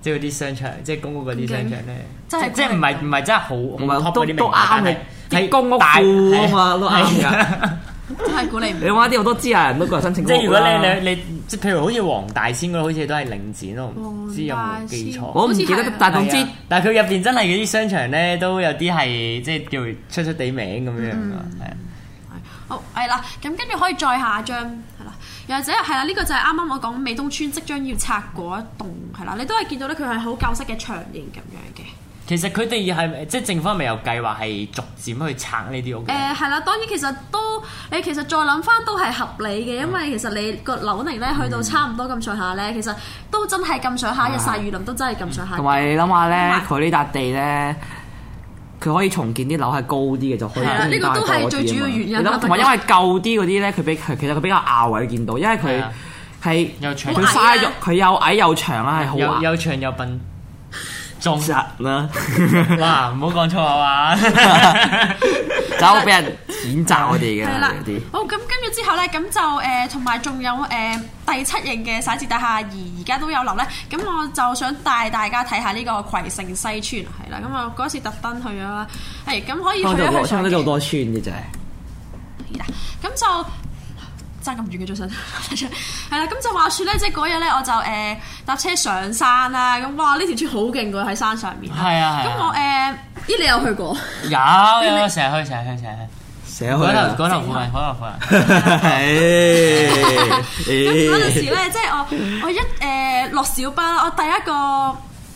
[SPEAKER 3] 即係嗰啲商場，即係公屋嗰啲商場咧，即
[SPEAKER 5] 真係
[SPEAKER 3] 係即係唔係唔係真係好唔
[SPEAKER 4] 係
[SPEAKER 3] 嗰啲
[SPEAKER 4] 都
[SPEAKER 3] 名
[SPEAKER 4] 都啱
[SPEAKER 3] 牌
[SPEAKER 4] 嘅
[SPEAKER 3] 但係
[SPEAKER 4] 啲公屋
[SPEAKER 3] 大
[SPEAKER 4] 富啊嘛
[SPEAKER 3] *laughs*
[SPEAKER 4] 都啱㗎。
[SPEAKER 3] 係啊
[SPEAKER 4] *laughs*
[SPEAKER 5] 真係鼓勵唔
[SPEAKER 4] 你話啲好多知啊人都個人申請
[SPEAKER 3] 即係如果
[SPEAKER 4] 公屋啦
[SPEAKER 3] 你你你，即係譬如好似黃大仙嗰個，好似都係領展咯，我唔知有
[SPEAKER 5] 黃
[SPEAKER 3] 冇
[SPEAKER 5] 大仙
[SPEAKER 3] 記錯。
[SPEAKER 4] 我唔記
[SPEAKER 5] 好似
[SPEAKER 4] 得
[SPEAKER 5] 係，
[SPEAKER 4] 但係總之
[SPEAKER 3] 係啊但係佢入邊真係嗰啲商場咧，都有啲係即係叫出出地名咁樣啊，
[SPEAKER 5] 嗯
[SPEAKER 3] 係啊。
[SPEAKER 5] 好係啦，咁跟住可以再下張係啦，又或者係啦，呢、個就係啱啱我講美東村即將要拆嗰一棟係啦，你都係見到咧佢係好舊式嘅長形咁樣嘅。
[SPEAKER 3] 其實佢哋係即係政府係咪有計劃係逐漸去拆呢啲屋啊嘅？
[SPEAKER 5] 誒係啦，當然其實都你其實再諗翻都係合理嘅，因為其實你個樓齡咧去到差唔多咁上下咧，其實都真係咁上下，日曬雨淋都真係咁上下。
[SPEAKER 4] 同埋你諗下咧，
[SPEAKER 5] 同
[SPEAKER 4] 佢呢笪地咧，佢可以重建啲樓係高啲嘅，就可以
[SPEAKER 5] 係啊
[SPEAKER 4] 供應
[SPEAKER 5] 呢個都
[SPEAKER 4] 翻
[SPEAKER 5] 係
[SPEAKER 4] 多啲
[SPEAKER 5] 最
[SPEAKER 4] 啊
[SPEAKER 5] 主要
[SPEAKER 4] 嘛
[SPEAKER 5] 原因
[SPEAKER 4] 你
[SPEAKER 5] 啦
[SPEAKER 4] 諗同埋因為舊啲嗰啲咧，佢比佢其實佢比較拗位見到，因為
[SPEAKER 3] 係
[SPEAKER 4] 佢
[SPEAKER 3] 啊
[SPEAKER 4] 係
[SPEAKER 3] 又長
[SPEAKER 4] 佢
[SPEAKER 5] 好矮
[SPEAKER 4] 嘥
[SPEAKER 5] 啊
[SPEAKER 4] 咗，佢又矮又長啊啦，係好
[SPEAKER 3] 有
[SPEAKER 4] 硬
[SPEAKER 3] 有長有笨，仲
[SPEAKER 4] 啦，
[SPEAKER 3] 哇唔好講錯
[SPEAKER 5] *laughs*
[SPEAKER 3] 啊嘛！
[SPEAKER 4] 就俾人譴責我哋嘅
[SPEAKER 5] 係啦
[SPEAKER 4] 有啲。，
[SPEAKER 5] 好咁跟住之後咧，咁就誒同埋仲有誒、第七型嘅徙置大廈，而而家都有樓咧。咁我就想帶大家睇下呢個葵盛西村係啦。咁我嗰次特登去咗啦，係咁可以去
[SPEAKER 4] 香港
[SPEAKER 5] 一
[SPEAKER 4] 好多
[SPEAKER 5] 去
[SPEAKER 4] 香港都
[SPEAKER 5] 上
[SPEAKER 4] 好
[SPEAKER 5] 嘅
[SPEAKER 4] 多村嘅就係，
[SPEAKER 5] 嗱咁就。爭咁遠嘅張相， *laughs* 係啦，咁就話説咧，即係嗰日咧，我就誒、搭車上山啦，咁哇呢條村好勁㗎喺山上面，咁
[SPEAKER 3] 係啊係
[SPEAKER 5] 我誒，咦、呃
[SPEAKER 3] 啊，
[SPEAKER 5] 你有去過？
[SPEAKER 3] 有有成日去成日去成日去。
[SPEAKER 4] 寫
[SPEAKER 3] 嗰
[SPEAKER 4] *laughs* 啦
[SPEAKER 3] 頭嗰頭附近嗰頭附近。
[SPEAKER 5] 咁嗰陣時
[SPEAKER 4] 係。
[SPEAKER 5] 咧，即係我我一誒落小巴，我第一個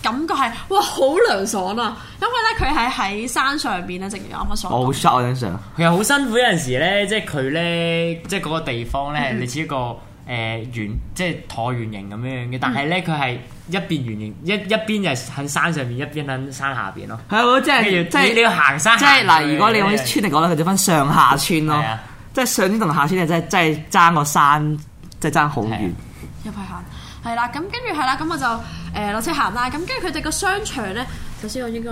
[SPEAKER 5] 感覺係哇好涼爽啊！因為咧佢係喺山上邊咧，正如我啱啱所
[SPEAKER 4] 我好
[SPEAKER 5] 講。
[SPEAKER 4] shot
[SPEAKER 3] 啊
[SPEAKER 4] 我張相，
[SPEAKER 3] 其實好辛苦有陣時咧，即係佢咧，即係嗰個地方
[SPEAKER 5] 嗯
[SPEAKER 3] 咧，你似一個誒圓，即係橢圓形咁樣樣嘅，但
[SPEAKER 5] 嗯
[SPEAKER 3] 係咧佢係一邊圓形，一一邊就喺山上面，一邊喺山下邊咯。
[SPEAKER 4] 係啊我真
[SPEAKER 3] 跟
[SPEAKER 4] 係
[SPEAKER 3] 住
[SPEAKER 4] 真係
[SPEAKER 3] 你要行山
[SPEAKER 4] 即
[SPEAKER 3] 行去嘅，
[SPEAKER 4] 係嗱，如果你用啲村嚟講咧，佢就分上下村咯
[SPEAKER 3] 係啊。
[SPEAKER 4] 即係上村同下村咧，真係真係爭個山，即係爭好
[SPEAKER 3] 係
[SPEAKER 4] 遠
[SPEAKER 3] 啊。
[SPEAKER 5] 入去行，係啦，咁跟住係啦，咁我就誒落、車行啦，咁跟住佢哋個商場咧，首先我應該。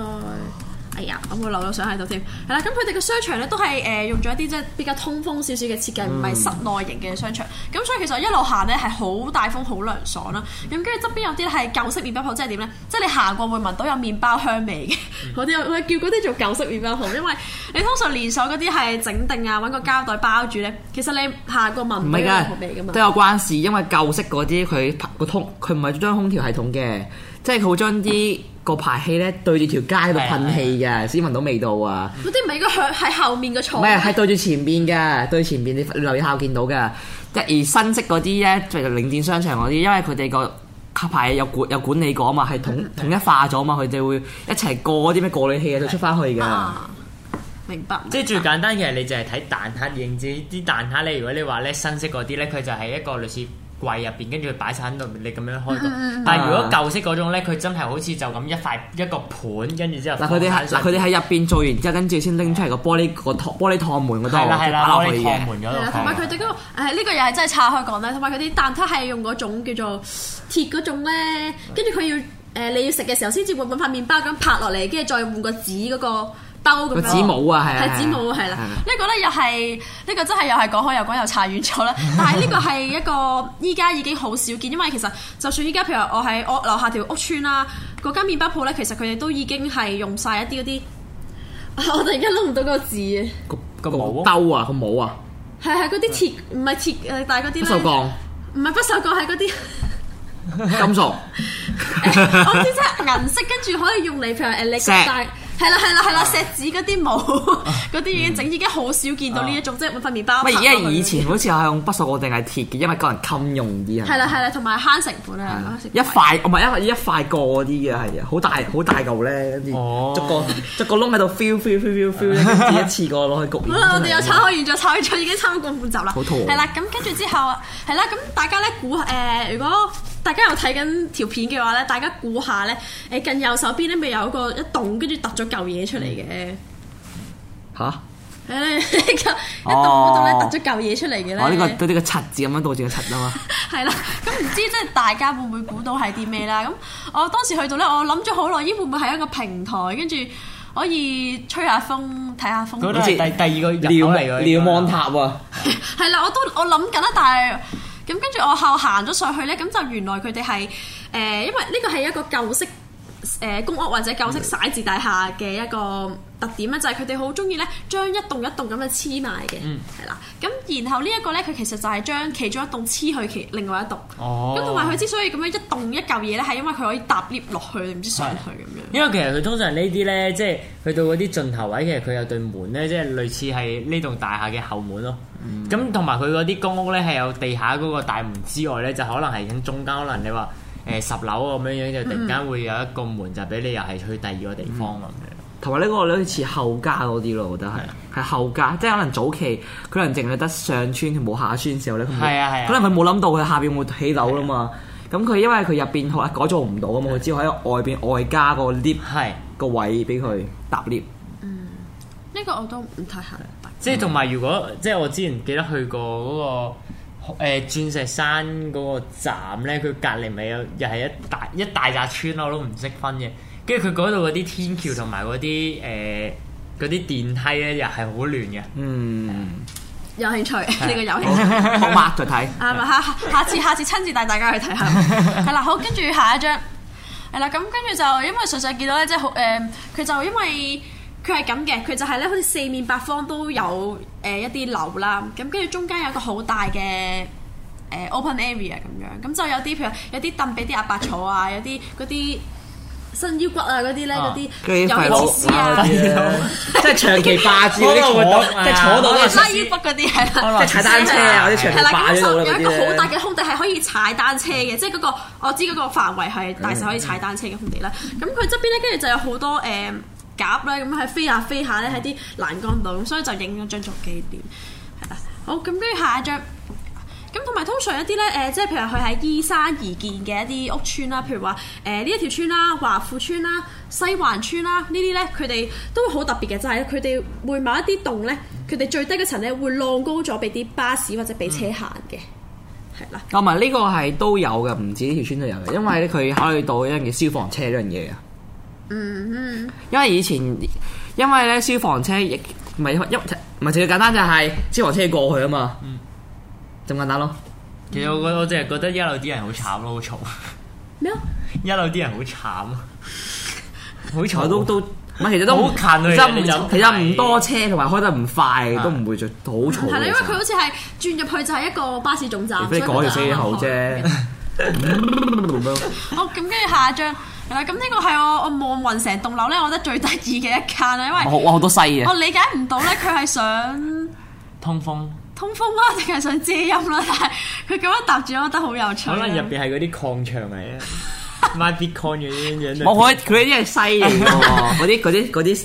[SPEAKER 5] 哎呀，我會留咗相喺度添，係啦，咁佢哋嘅商場咧都係誒、用咗一啲即係比較通風少少嘅設計，唔係室內型嘅商場。咁所以其實我一路行咧係好大風、好涼爽啦。咁跟住側邊有啲係舊式麵包鋪，即係點咧？即係你行過會聞到有麵包香味嘅，嗰啲我我叫嗰啲做舊式麵包鋪，因為你通常連鎖嗰啲係整定啊，揾個膠袋包住咧，其實你行過聞
[SPEAKER 4] 唔
[SPEAKER 5] 唔到
[SPEAKER 4] 係
[SPEAKER 5] 有任何味㗎
[SPEAKER 4] 㗎，
[SPEAKER 5] 嘛
[SPEAKER 4] 都。有關事，因為舊式嗰啲佢個通佢唔係裝空調系統嘅，即係佢會將啲個排氣咧對住條街喺度
[SPEAKER 3] 係啊
[SPEAKER 4] 噴氣嘅，先聞到味道啊！
[SPEAKER 5] 嗰啲唔係應該響喺後面嘅
[SPEAKER 4] 唔
[SPEAKER 5] 床啊咩
[SPEAKER 4] 係，？係對住前邊嘅，對前邊你留意下我見到嘅。一而新式嗰啲咧，即係領展商場嗰啲，因為佢哋個卡牌有管有管理過啊嘛，係統
[SPEAKER 3] 嗯
[SPEAKER 4] 統一化咗啊嘛，佢哋會一齊過嗰啲咩過濾器啊，就出翻去嘅。
[SPEAKER 5] 啊，明白。
[SPEAKER 3] 即係最簡單嘅，你就係睇蛋撻認知啲蛋撻咧。如果你話咧新式嗰啲咧，佢就係一個類似櫃入邊，跟住佢擺晒喺度，你咁樣開
[SPEAKER 5] 嗯
[SPEAKER 3] 個。但係如果舊式嗰種咧，佢真係好似就咁一塊一個盤，跟住之後
[SPEAKER 4] 嗱，佢哋
[SPEAKER 3] 放
[SPEAKER 4] 喺
[SPEAKER 3] 晒
[SPEAKER 4] 嗱，佢哋喺入邊做完之後，跟住先拎出嚟個玻璃個托玻璃趟門嗰度
[SPEAKER 3] 係啦係啦，
[SPEAKER 4] 擺落
[SPEAKER 3] 攞
[SPEAKER 4] 去
[SPEAKER 3] 嚟
[SPEAKER 4] 嘅
[SPEAKER 3] 趟。門嗰
[SPEAKER 5] 係啦，
[SPEAKER 3] 度
[SPEAKER 5] 嗯同
[SPEAKER 3] 放。
[SPEAKER 5] 埋佢哋嗰個誒呢個又係真係岔開講啦，同埋佢啲蛋撻係用嗰種叫做鐵嗰種咧，跟住佢要誒、呃你要食嘅時候先至會揾塊麵包咁拍落嚟，跟住再換個紙嗰個兜咁樣。
[SPEAKER 4] 個紙帽啊係啊係啊
[SPEAKER 5] 係紙帽啊係啦。
[SPEAKER 4] 係啊
[SPEAKER 5] 呢個咧又係呢個真係又係講開又講又岔遠咗啦。但係呢個係一個依家已經好少見，因為其實就算依家譬如我喺我樓下條屋村啦，嗰間麵包鋪咧，其實佢哋都已經係用晒一啲嗰啲，我突然間諗唔到個字啊！
[SPEAKER 3] 個
[SPEAKER 4] 個
[SPEAKER 3] 帽
[SPEAKER 4] 兜啊，個帽啊，
[SPEAKER 5] 係係嗰啲鐵唔係鐵誒，但係嗰啲
[SPEAKER 4] 不
[SPEAKER 5] 咧，
[SPEAKER 4] 鏽鋼、
[SPEAKER 5] *laughs* 唔係不鏽鋼係嗰啲，
[SPEAKER 4] 金屬。
[SPEAKER 5] *laughs* 我知即係銀色，跟住可以用嚟譬如誒你
[SPEAKER 4] 石啊
[SPEAKER 5] 大係啦係啦係啦，石子嗰啲帽嗰啲已經整，已經好少見到呢一種，即係揾塊麵包拍
[SPEAKER 4] 乜
[SPEAKER 5] 落
[SPEAKER 4] 而
[SPEAKER 5] 去。
[SPEAKER 4] 家啊以前好似係用不鏽鋼定係鐵嘅，因為個人襟用啲啊。
[SPEAKER 5] 係啦係啦，同埋慳成本啊，慳成
[SPEAKER 4] 一
[SPEAKER 5] 本
[SPEAKER 4] 塊唔係一一塊個嗰啲嘅係啊，好大好大嚿咧，跟住
[SPEAKER 3] 哦
[SPEAKER 4] 逐個逐個窿喺度 feel feel feel feel feel，跟住一次過攞去焗
[SPEAKER 5] 好
[SPEAKER 4] 完。
[SPEAKER 5] 啦，我哋
[SPEAKER 4] 真係
[SPEAKER 5] 又炒開完咗，炒開咗已經差唔多半集啦。
[SPEAKER 4] 好肚餓
[SPEAKER 5] 係啦，咁跟住之後啊係啦，咁大家咧估誒，如果大家有睇緊條片嘅話咧，大家估下咧誒近右手邊咧咪有一個一棟，跟住突咗嚿嘢出嚟嘅。
[SPEAKER 4] 嚇！
[SPEAKER 5] 誒一棟嗰度咧突咗嚿嘢出嚟嘅咧，
[SPEAKER 4] 哦我呢個對呢個柒字咁樣倒住個柒啊嘛，
[SPEAKER 5] 係啦，咁唔知即係大家會唔會估到係啲咩啦？咁我當時去到咧，我諗咗好耐，咦會唔會係一個平台，跟住可以吹下風、睇下風
[SPEAKER 3] 嗰度係第
[SPEAKER 5] 景？
[SPEAKER 3] 第二個 *laughs* 入口嚟嘅。
[SPEAKER 4] 瞭望塔啊，
[SPEAKER 5] 係啦，我都我諗緊啦，但係咁跟住我後行咗上去咧，咁就原來佢哋係誒，因為呢個係一個舊式。誒、公屋或者舊式徙置大廈嘅一個特點咧，就係佢哋好中意咧將一棟一棟咁樣黐埋嘅，係啦、咁然後呢一個咧，佢其實就係將其中一棟黐去其另外一棟。
[SPEAKER 3] 哦
[SPEAKER 5] 咁同埋佢之所以咁樣一棟一嚿嘢咧，係因為佢可以搭 lift 落去，唔知上去咁樣。
[SPEAKER 3] 因為其實佢通常呢啲咧，即係去到嗰啲盡頭位，其實佢有對門咧，即係類似係呢棟大廈嘅後門咯。咁同埋佢嗰啲公屋咧係有地下嗰個大門之外咧，就可能係喺中間，可能你話誒十樓啊咁樣樣，就突然間會有一個門就俾你又係去第二個地方咁樣。
[SPEAKER 4] 同埋呢個好似後家多啲咯，我覺得
[SPEAKER 3] 啊
[SPEAKER 4] 係係後家，即係可能早期佢可能淨係得上村，佢冇下村時候咧，佢冇
[SPEAKER 3] 係啊係啊啊
[SPEAKER 4] 可能佢冇諗到佢下邊會起樓啦嘛。咁佢因為佢入邊改造唔到啊嘛，佢只可以喺外邊外加個 lift
[SPEAKER 3] 係，
[SPEAKER 4] 個位俾佢搭 lift。
[SPEAKER 5] 呢個我都唔太明白。
[SPEAKER 3] 即係同埋如果即係我之前記得去過嗰、個誒、鑽石山嗰個站咧，佢隔離咪有又係一大一大扎村我都唔識分嘅。跟住佢嗰度嗰啲天橋同埋嗰啲誒嗰啲電梯咧，又係好亂嘅。 *laughs*
[SPEAKER 4] 嗯，
[SPEAKER 5] 有興趣呢個有興
[SPEAKER 4] 好
[SPEAKER 5] 趣。
[SPEAKER 4] 好抹就睇。
[SPEAKER 5] 啊咪下下次下次親自帶大家去睇下，係啦，好，跟住下一張，係啦，咁跟住就因為純粹見到咧，即係好誒，佢、就因為佢係咁嘅，佢就係咧，好似四面八方都有誒、一啲樓啦，咁跟住中間有一個好大嘅。誒、open area 咁樣，咁就有啲譬如有啲凳俾啲阿伯坐啊，有啲嗰啲伸腰骨啊嗰啲咧，嗰
[SPEAKER 3] 啊
[SPEAKER 5] 啲
[SPEAKER 4] 跟
[SPEAKER 5] 有
[SPEAKER 4] 住
[SPEAKER 5] 啲
[SPEAKER 4] 廢佬
[SPEAKER 5] 設施啊，
[SPEAKER 3] *laughs*
[SPEAKER 4] 即係長期霸住嗰啲
[SPEAKER 3] 嗰個活動
[SPEAKER 4] 坐，
[SPEAKER 3] 啊
[SPEAKER 4] 即係坐到嗰
[SPEAKER 5] 拉
[SPEAKER 4] 啲
[SPEAKER 5] 腰骨嗰啲係啦。
[SPEAKER 4] 即係踩單車啊，或者長
[SPEAKER 5] 係
[SPEAKER 4] 期
[SPEAKER 5] 啦，
[SPEAKER 4] 霸
[SPEAKER 5] 咁
[SPEAKER 4] 咗
[SPEAKER 5] 就
[SPEAKER 4] 度
[SPEAKER 5] 有
[SPEAKER 4] 啦嗰
[SPEAKER 5] 一個好大
[SPEAKER 4] 啲
[SPEAKER 5] 嘅空地係可以踩單車嘅，即係嗰個我知嗰個範圍係大細可以踩單車嘅空地啦。咁佢側邊咧，跟住就有好多誒鴿咧，咁喺飛下飛下咧喺啲欄杆度，咁所以就影咗張作紀念。係啦，好咁跟住下一張。咁同埋通常一啲咧，誒、即係譬如佢係依山而建嘅一啲屋村啦，譬如話誒呢一條村啦、華富村啦、西環村啦，呢啲咧佢哋都會好特別嘅，就係佢哋會某一啲棟咧，佢哋最低嗰層咧會晾高咗俾啲巴士或者俾車行嘅，係啦、
[SPEAKER 4] 同埋呢個係都有嘅，唔止呢條村都有嘅，因為咧佢考慮到一樣嘢消防車呢樣嘢啊。
[SPEAKER 5] 嗯嗯，
[SPEAKER 4] 因為以前因為咧消防車亦唔係因唔係最簡單就係消防車過去啊嘛，咁簡單咯。
[SPEAKER 3] 其實我
[SPEAKER 4] 嗯
[SPEAKER 3] 覺得我淨係覺得一路啲人好慘咯，好嘈， *laughs*
[SPEAKER 5] 咩啊？
[SPEAKER 3] 一路啲人好慘，好
[SPEAKER 4] 我
[SPEAKER 3] 嘈
[SPEAKER 4] 都都唔係其實都唔
[SPEAKER 3] 好近啊
[SPEAKER 4] 其實唔
[SPEAKER 3] 你諗
[SPEAKER 4] 其實唔多車同埋開得唔快，都唔會最好嘈嘅。
[SPEAKER 5] 係啦，因為
[SPEAKER 4] 其實
[SPEAKER 5] 佢好似係轉入去就係一個巴士總站，
[SPEAKER 4] 除非
[SPEAKER 5] 所以
[SPEAKER 4] *laughs*
[SPEAKER 5] 佢 *laughs*
[SPEAKER 4] 講條
[SPEAKER 5] 就啱啱
[SPEAKER 4] 車口
[SPEAKER 5] 開
[SPEAKER 4] 嗯啫。咁樣
[SPEAKER 5] 好，咁跟住下一張。係啦，咁呢個係我我望暈成棟樓咧，我覺得最得意嘅一間啊啦，因
[SPEAKER 4] 我好
[SPEAKER 5] 為
[SPEAKER 4] 我好多西啊
[SPEAKER 5] 我
[SPEAKER 4] 嘅，
[SPEAKER 5] 理解唔到咧，佢係想。
[SPEAKER 3] 通風。
[SPEAKER 5] 通風啦， *laughs* 定係想遮陰啦，但係佢咁樣搭住，我覺得好有趣。啊
[SPEAKER 3] 可
[SPEAKER 4] 啊
[SPEAKER 3] 能入邊係嗰啲礦場嚟
[SPEAKER 4] *laughs*
[SPEAKER 3] 啊，買 bitcoin 嗰啲咁樣。
[SPEAKER 4] 我佢佢啲係西嚟嘅 *laughs* 喎，嗰啲嗰啲嗰啲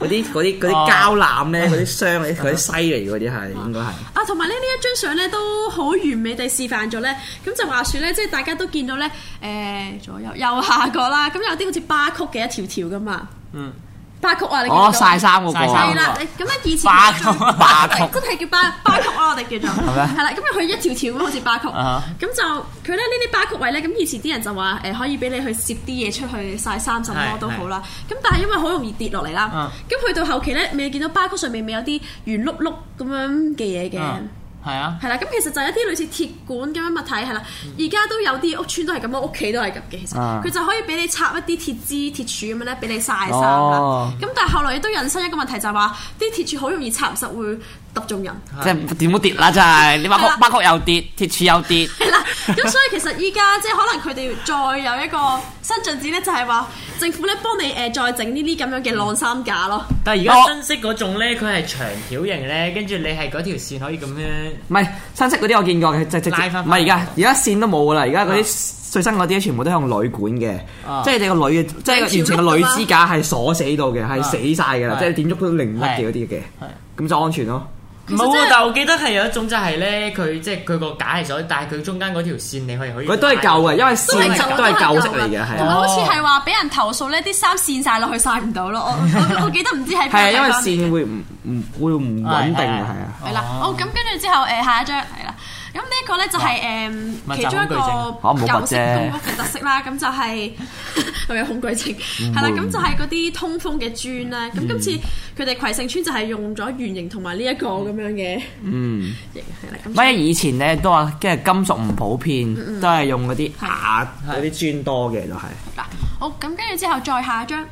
[SPEAKER 4] 嗰啲嗰啲嗰啲
[SPEAKER 3] 哦
[SPEAKER 4] 膠攬咧，嗰啲箱嗰啲嗰啲西嚟嘅嗰啲係應該係。
[SPEAKER 5] 啊，同埋咧呢一張相咧都好完美地示範咗咧，咁就話説咧，即係大家都見到咧，誒、左右右下角啦，咁有啲好似巴曲嘅一條條噶嘛，
[SPEAKER 3] 嗯，
[SPEAKER 5] 巴曲啊，你見到
[SPEAKER 4] 哦，晒衫嗰個
[SPEAKER 3] 曬衫
[SPEAKER 5] 係
[SPEAKER 4] 啊，
[SPEAKER 5] 啦，咁咧以前
[SPEAKER 4] 巴曲巴曲
[SPEAKER 5] 真係叫巴巴曲啊，我哋叫做
[SPEAKER 4] 係咩
[SPEAKER 5] 係啦，咁佢一條條咁好似巴曲，
[SPEAKER 3] 啊
[SPEAKER 5] 咁就佢咧呢啲巴曲位咧，咁以前啲人就話誒可以俾你去攝啲嘢出去晒衫什麼
[SPEAKER 3] 係
[SPEAKER 5] 都好啦，咁但係因為好容易跌落嚟啦
[SPEAKER 3] 啊，
[SPEAKER 5] 咁去到後期咧，你見到巴曲上面咪有啲圓碌碌咁樣嘅嘢嘅。
[SPEAKER 3] 嗯係啊，
[SPEAKER 5] 係啦，咁其實就係一啲類似鐵管咁樣物體係啦，而家都有啲屋村都係咁咯，屋企都係咁嘅。其實
[SPEAKER 4] 嗯啊
[SPEAKER 5] 佢就可以俾你插一啲鐵枝、鐵柱咁樣咧，俾你晒衫啦
[SPEAKER 4] 哦。
[SPEAKER 5] 咁但係後來亦都引申一個問題，就係話啲鐵柱好容易插唔實，會揼中人。 *laughs*
[SPEAKER 4] 即係點都跌啦，真 *laughs* 係你巴曲
[SPEAKER 5] 係啦
[SPEAKER 4] 巴曲又跌，鐵柱又跌，
[SPEAKER 5] 係啦，咁所以其實依家即係可能佢哋再有一個新進展咧，就係話政府咧幫你誒再整呢啲咁樣嘅晾衫架咯。
[SPEAKER 3] 但係而
[SPEAKER 4] 我
[SPEAKER 3] 家新式嗰種咧，佢係長條型咧，跟住你係嗰條線可以咁樣。
[SPEAKER 4] 唔係新式嗰啲我見過嘅，即係直
[SPEAKER 3] 拉
[SPEAKER 4] 接
[SPEAKER 3] 返
[SPEAKER 4] 唔
[SPEAKER 3] 返
[SPEAKER 4] 係而家而家線都冇噶啦，而家嗰
[SPEAKER 3] 啊
[SPEAKER 4] 啲最新嗰啲全部都係用鋁管嘅
[SPEAKER 3] 啊，
[SPEAKER 4] 即係你個鋁嘅，即係完全個鋁支架係鎖死到嘅，係
[SPEAKER 3] 啊
[SPEAKER 4] 死晒噶啦，
[SPEAKER 3] 係
[SPEAKER 4] 即係點喐都零甩嘅
[SPEAKER 3] 係
[SPEAKER 4] 嗰啲嘅
[SPEAKER 3] 係，
[SPEAKER 4] 咁就安全咯。
[SPEAKER 3] 唔係喎，但係我記得係有一種就係咧，佢即係佢個架係咗，但係佢中間嗰條線你可以可以。
[SPEAKER 4] 佢都係舊嘅，因為
[SPEAKER 5] 都
[SPEAKER 4] 線
[SPEAKER 5] 係舊
[SPEAKER 4] 都係舊式嚟
[SPEAKER 5] 嘅
[SPEAKER 4] 嘅，係
[SPEAKER 5] 同埋
[SPEAKER 3] 哦
[SPEAKER 4] 啊
[SPEAKER 5] 好似係話俾人投訴咧，啲衫跣晒落去晒唔到咯。我我我記得唔知喺邊
[SPEAKER 4] 係啊，
[SPEAKER 5] 個
[SPEAKER 4] 因為
[SPEAKER 5] 地方
[SPEAKER 4] 線會唔唔會唔穩定嘅，
[SPEAKER 3] 係係
[SPEAKER 4] 係啊。
[SPEAKER 5] 係啦，好咁跟住之後誒下一張係啦，咁呢一個咧就係誒
[SPEAKER 3] 哇
[SPEAKER 5] 其中一個
[SPEAKER 4] 恐懼症嚇冇乜
[SPEAKER 5] 舊式公屋
[SPEAKER 4] 啫
[SPEAKER 5] 嘅特色啦，咁就係 *laughs* 我有恐懼症，係啦，
[SPEAKER 4] 會
[SPEAKER 5] 咁就係嗰啲通風嘅磚啦，
[SPEAKER 4] 嗯
[SPEAKER 5] 咁今次佢哋葵盛村就係用咗圓形同埋呢一個咁樣嘅
[SPEAKER 4] 嗯，
[SPEAKER 5] 形係啦，
[SPEAKER 4] 乜
[SPEAKER 5] 咁
[SPEAKER 4] 嘢以前咧都話，跟住金屬唔普遍，都係用嗰啲
[SPEAKER 5] 係
[SPEAKER 4] 牙嗰啲磚多嘅，就係
[SPEAKER 5] 嗱好咁跟住之後再下一張。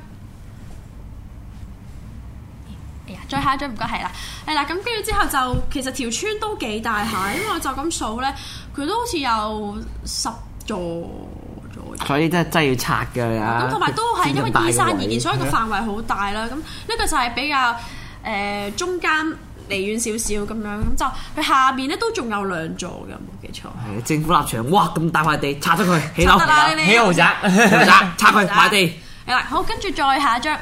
[SPEAKER 5] 哎呀再下一張唔該係啦，係啦，咁跟住之後就其實條村都幾大下，因為我就咁數咧，佢都好似有十座左右。
[SPEAKER 4] 所以真係真係要拆㗎啦。
[SPEAKER 5] 咁同埋都係因為依山而建，所以個
[SPEAKER 4] 係啊
[SPEAKER 5] 範圍好大啦。咁呢個就係比較誒、呃中間離遠少少咁樣，咁就佢下面咧都仲有兩座嘅，冇記錯。
[SPEAKER 4] 係政府立場，哇咁大塊地拆咗佢，起樓
[SPEAKER 5] 拆得啦呢啲
[SPEAKER 3] 起豪 *laughs* 宅，
[SPEAKER 4] 起樓拆拆佢
[SPEAKER 5] 宅
[SPEAKER 4] 買地，
[SPEAKER 5] 係啦，好，跟住再下一張。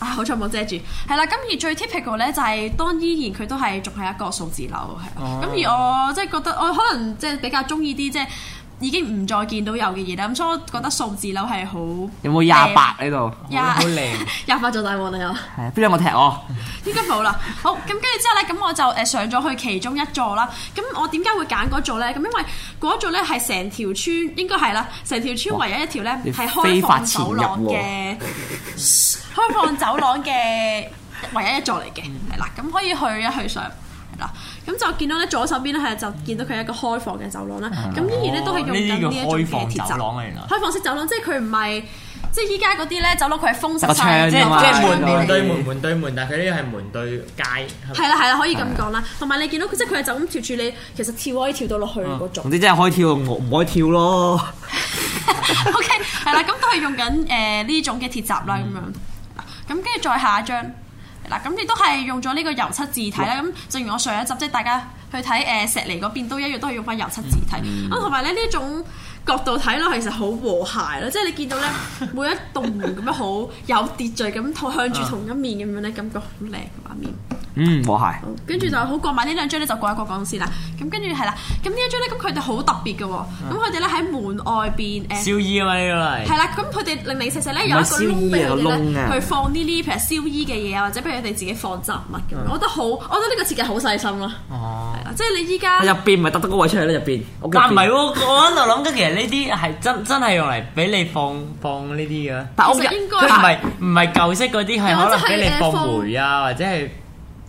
[SPEAKER 5] 啊，好彩冇遮住，係啦。咁而最 typical 咧，就係、當依然佢都係仲係一個數字樓，係
[SPEAKER 4] 哦
[SPEAKER 5] 啦。咁、而我即係覺得我可能即係比較中意啲即係已經唔再見到有嘅嘢啦。咁所以我覺得數字樓係好
[SPEAKER 4] 有冇廿八喺度？
[SPEAKER 5] 廿
[SPEAKER 3] 好靚。
[SPEAKER 5] *laughs* 廿八座大王啦又。
[SPEAKER 4] 係啊邊兩個踢我？
[SPEAKER 5] 應該冇啦。好，咁跟住之後咧，咁我就誒上咗去其中一座啦。咁我點解會揀嗰座咧？咁因為嗰座咧係成條村應該係啦，成條村唯一一條咧
[SPEAKER 4] 你
[SPEAKER 5] 係
[SPEAKER 4] 非
[SPEAKER 5] 開
[SPEAKER 4] 法
[SPEAKER 5] 放
[SPEAKER 4] 潛
[SPEAKER 5] 走
[SPEAKER 4] 入
[SPEAKER 5] 廊
[SPEAKER 4] 喎
[SPEAKER 5] 嘅，開放走廊嘅唯一一座嚟嘅，
[SPEAKER 4] 嗯
[SPEAKER 5] 係啦。咁可以去一去上。係啦，咁就見到咧左手邊咧係就見到佢係一個開放嘅走廊啦，
[SPEAKER 4] 啊
[SPEAKER 5] 咁依然咧都係用緊呢一種
[SPEAKER 3] 呢啲叫開
[SPEAKER 5] 嘅
[SPEAKER 3] 放
[SPEAKER 5] 鐵
[SPEAKER 3] 走
[SPEAKER 5] 閘
[SPEAKER 3] 廊啊，原來。
[SPEAKER 5] 開放式走廊，即係佢唔係即係依家嗰啲咧走廊佢係封
[SPEAKER 4] 得個
[SPEAKER 5] 實
[SPEAKER 4] 窗
[SPEAKER 5] 晒，
[SPEAKER 4] 啫
[SPEAKER 3] 即
[SPEAKER 4] 嘛
[SPEAKER 5] 係
[SPEAKER 3] 係即係門
[SPEAKER 5] 俾你
[SPEAKER 3] 門對門門對門，但係佢呢個係門對街。係咪
[SPEAKER 5] 係啦係啦，可以咁講啦。同埋你見到佢即係佢係就咁跳住你，其實跳可以跳到落去嗰
[SPEAKER 4] 總
[SPEAKER 5] 種。
[SPEAKER 4] 之真係可以跳，我唔可以跳咯。
[SPEAKER 5] *laughs* O K 係啦，咁都係用緊誒呢種嘅鐵閘啦咁樣。嗱咁跟住再下一張嗱，咁亦都係用咗呢個油漆字體啦。咁正如我上一集即係大家去睇誒石梨嗰邊都一樣，都係用翻油漆字體。啊，同埋咧呢種角度睇落其實好和諧啊咯，即係你見到咧每一棟門咁樣好有秩序咁向住同一面咁樣咧，感覺好靚嘅畫面。
[SPEAKER 4] 嗯，和諧。
[SPEAKER 5] 跟住就好過買呢兩張咧，就過一過講先啦。咁跟住係啦，咁呢一張咧，咁佢哋好特別嘅喎。咁佢哋咧喺門外邊誒，
[SPEAKER 3] 燒衣啊嘛呢個
[SPEAKER 5] 係
[SPEAKER 3] 係。
[SPEAKER 5] 啦，咁佢哋零零舍舍咧
[SPEAKER 4] 唔
[SPEAKER 5] 有
[SPEAKER 4] 係
[SPEAKER 5] 一個窿
[SPEAKER 4] 燒衣
[SPEAKER 5] 俾佢
[SPEAKER 4] 啊
[SPEAKER 5] 哋
[SPEAKER 4] 個窿
[SPEAKER 5] 咧
[SPEAKER 4] 啊
[SPEAKER 5] 去放呢啲譬如燒衣嘅嘢啊，或者譬如佢哋自己放雜物咁樣。我覺得好，我覺得呢個設計好細心咯。
[SPEAKER 3] 哦。
[SPEAKER 5] 係啦，啊即係你依家
[SPEAKER 4] 入邊咪得得個位出去咧，入邊。屋企入邊
[SPEAKER 3] 但唔係喎，我喺度諗緊，其實呢啲係真真係用嚟俾你放放呢啲嘅。
[SPEAKER 4] 但屋
[SPEAKER 5] 其實應
[SPEAKER 4] 入
[SPEAKER 5] 該
[SPEAKER 3] 佢唔係唔係舊式嗰啲，係
[SPEAKER 5] 又或
[SPEAKER 3] 可能
[SPEAKER 5] 者係
[SPEAKER 3] 俾你
[SPEAKER 5] 誒
[SPEAKER 3] 放煤啊，或者係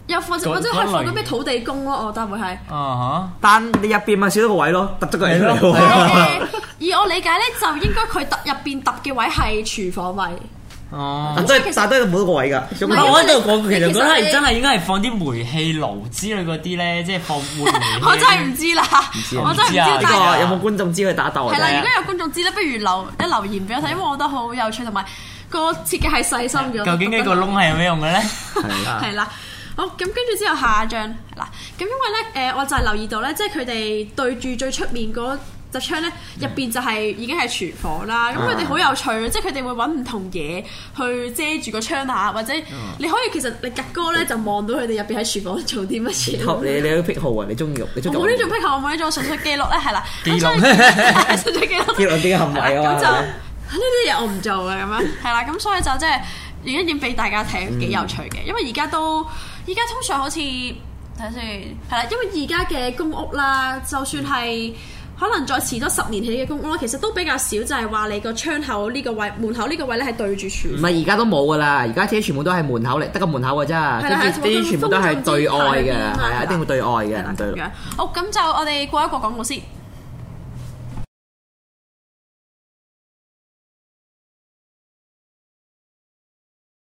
[SPEAKER 5] 又放或者可以放啲咩土地公咯，我覺得會係。
[SPEAKER 3] 啊
[SPEAKER 4] 但你入邊咪少咗個位咯，突咗個人出 *laughs*
[SPEAKER 3] 係
[SPEAKER 4] 嚟
[SPEAKER 5] 誒
[SPEAKER 4] 喎。
[SPEAKER 5] 而我理解咧，就應該佢揼入邊揼嘅位係廚房位，
[SPEAKER 3] 哦
[SPEAKER 4] 但。係但係都冇一個位㗎。咁
[SPEAKER 5] 唔係
[SPEAKER 3] 啊！我喺度
[SPEAKER 5] 因
[SPEAKER 3] 講，
[SPEAKER 5] 為
[SPEAKER 3] 其
[SPEAKER 5] 你
[SPEAKER 3] 實覺得
[SPEAKER 5] 其實你
[SPEAKER 3] 係真係應該係放啲煤氣爐之類嗰啲咧，即係放換煤氣。
[SPEAKER 5] *laughs* 我真係唔知啦
[SPEAKER 4] 知，啊
[SPEAKER 5] 我真係
[SPEAKER 3] 唔
[SPEAKER 5] 唔知
[SPEAKER 3] 知
[SPEAKER 4] 呢
[SPEAKER 3] 啊
[SPEAKER 5] 但
[SPEAKER 3] 呢
[SPEAKER 5] 係。
[SPEAKER 4] 個有冇觀眾知佢打鬥啊？
[SPEAKER 5] 係啦，如果有觀眾知咧，不如留一留言俾我睇，因為我覺得好有趣，同埋個設計係細心咗。
[SPEAKER 3] 究竟呢個窿係有咩用嘅咧？
[SPEAKER 4] 係啦
[SPEAKER 5] 係啦。好，咁跟住之後下一張嗱，咁因為咧誒、我就係留意到咧，即係佢哋對住最出面嗰隻窗咧，入邊就係已經係廚房啦。咁佢哋好有趣，即係佢哋會揾唔同嘢去遮住個窗啊，或者你可以其實你格哥咧就望到佢哋入邊喺廚房做啲乜嘢。
[SPEAKER 4] 你你有癖好啊？你中意你中意
[SPEAKER 5] 我冇呢種癖好，我冇呢種純粹記錄咧，係啦，咁所以
[SPEAKER 3] 記
[SPEAKER 5] *laughs* 純粹記錄，
[SPEAKER 4] 記錄啲行為啊嘛
[SPEAKER 5] 咁就
[SPEAKER 4] 係咪
[SPEAKER 5] 呢啲嘢我唔做嘅咁樣，係啦，咁所以就即係影一影俾大家
[SPEAKER 4] 嗯
[SPEAKER 5] 睇，幾有趣嘅，因為而家都而家通常好似睇下先，係啦，因為而家嘅公屋啦，就算係。可能再遲多十年起嘅公屋啦，其實都比較少，就係話你個窗口呢個位、門口呢個位咧係對住廚
[SPEAKER 4] 唔
[SPEAKER 5] 房，
[SPEAKER 4] 係而家都冇噶啦，而家啲全部都係門口嚟，得個門口嘅啫，
[SPEAKER 5] 係
[SPEAKER 4] 跟
[SPEAKER 5] 啦
[SPEAKER 4] 住
[SPEAKER 5] 係啦
[SPEAKER 4] 啲全部都係對外嘅，
[SPEAKER 5] 封咗
[SPEAKER 4] 係
[SPEAKER 5] 之後
[SPEAKER 4] 啊，
[SPEAKER 5] 係啦
[SPEAKER 4] 一定會對外嘅，
[SPEAKER 5] 係啦
[SPEAKER 4] 唔對
[SPEAKER 5] 咁樣。好，咁就我哋過一個廣告先。
[SPEAKER 4] 好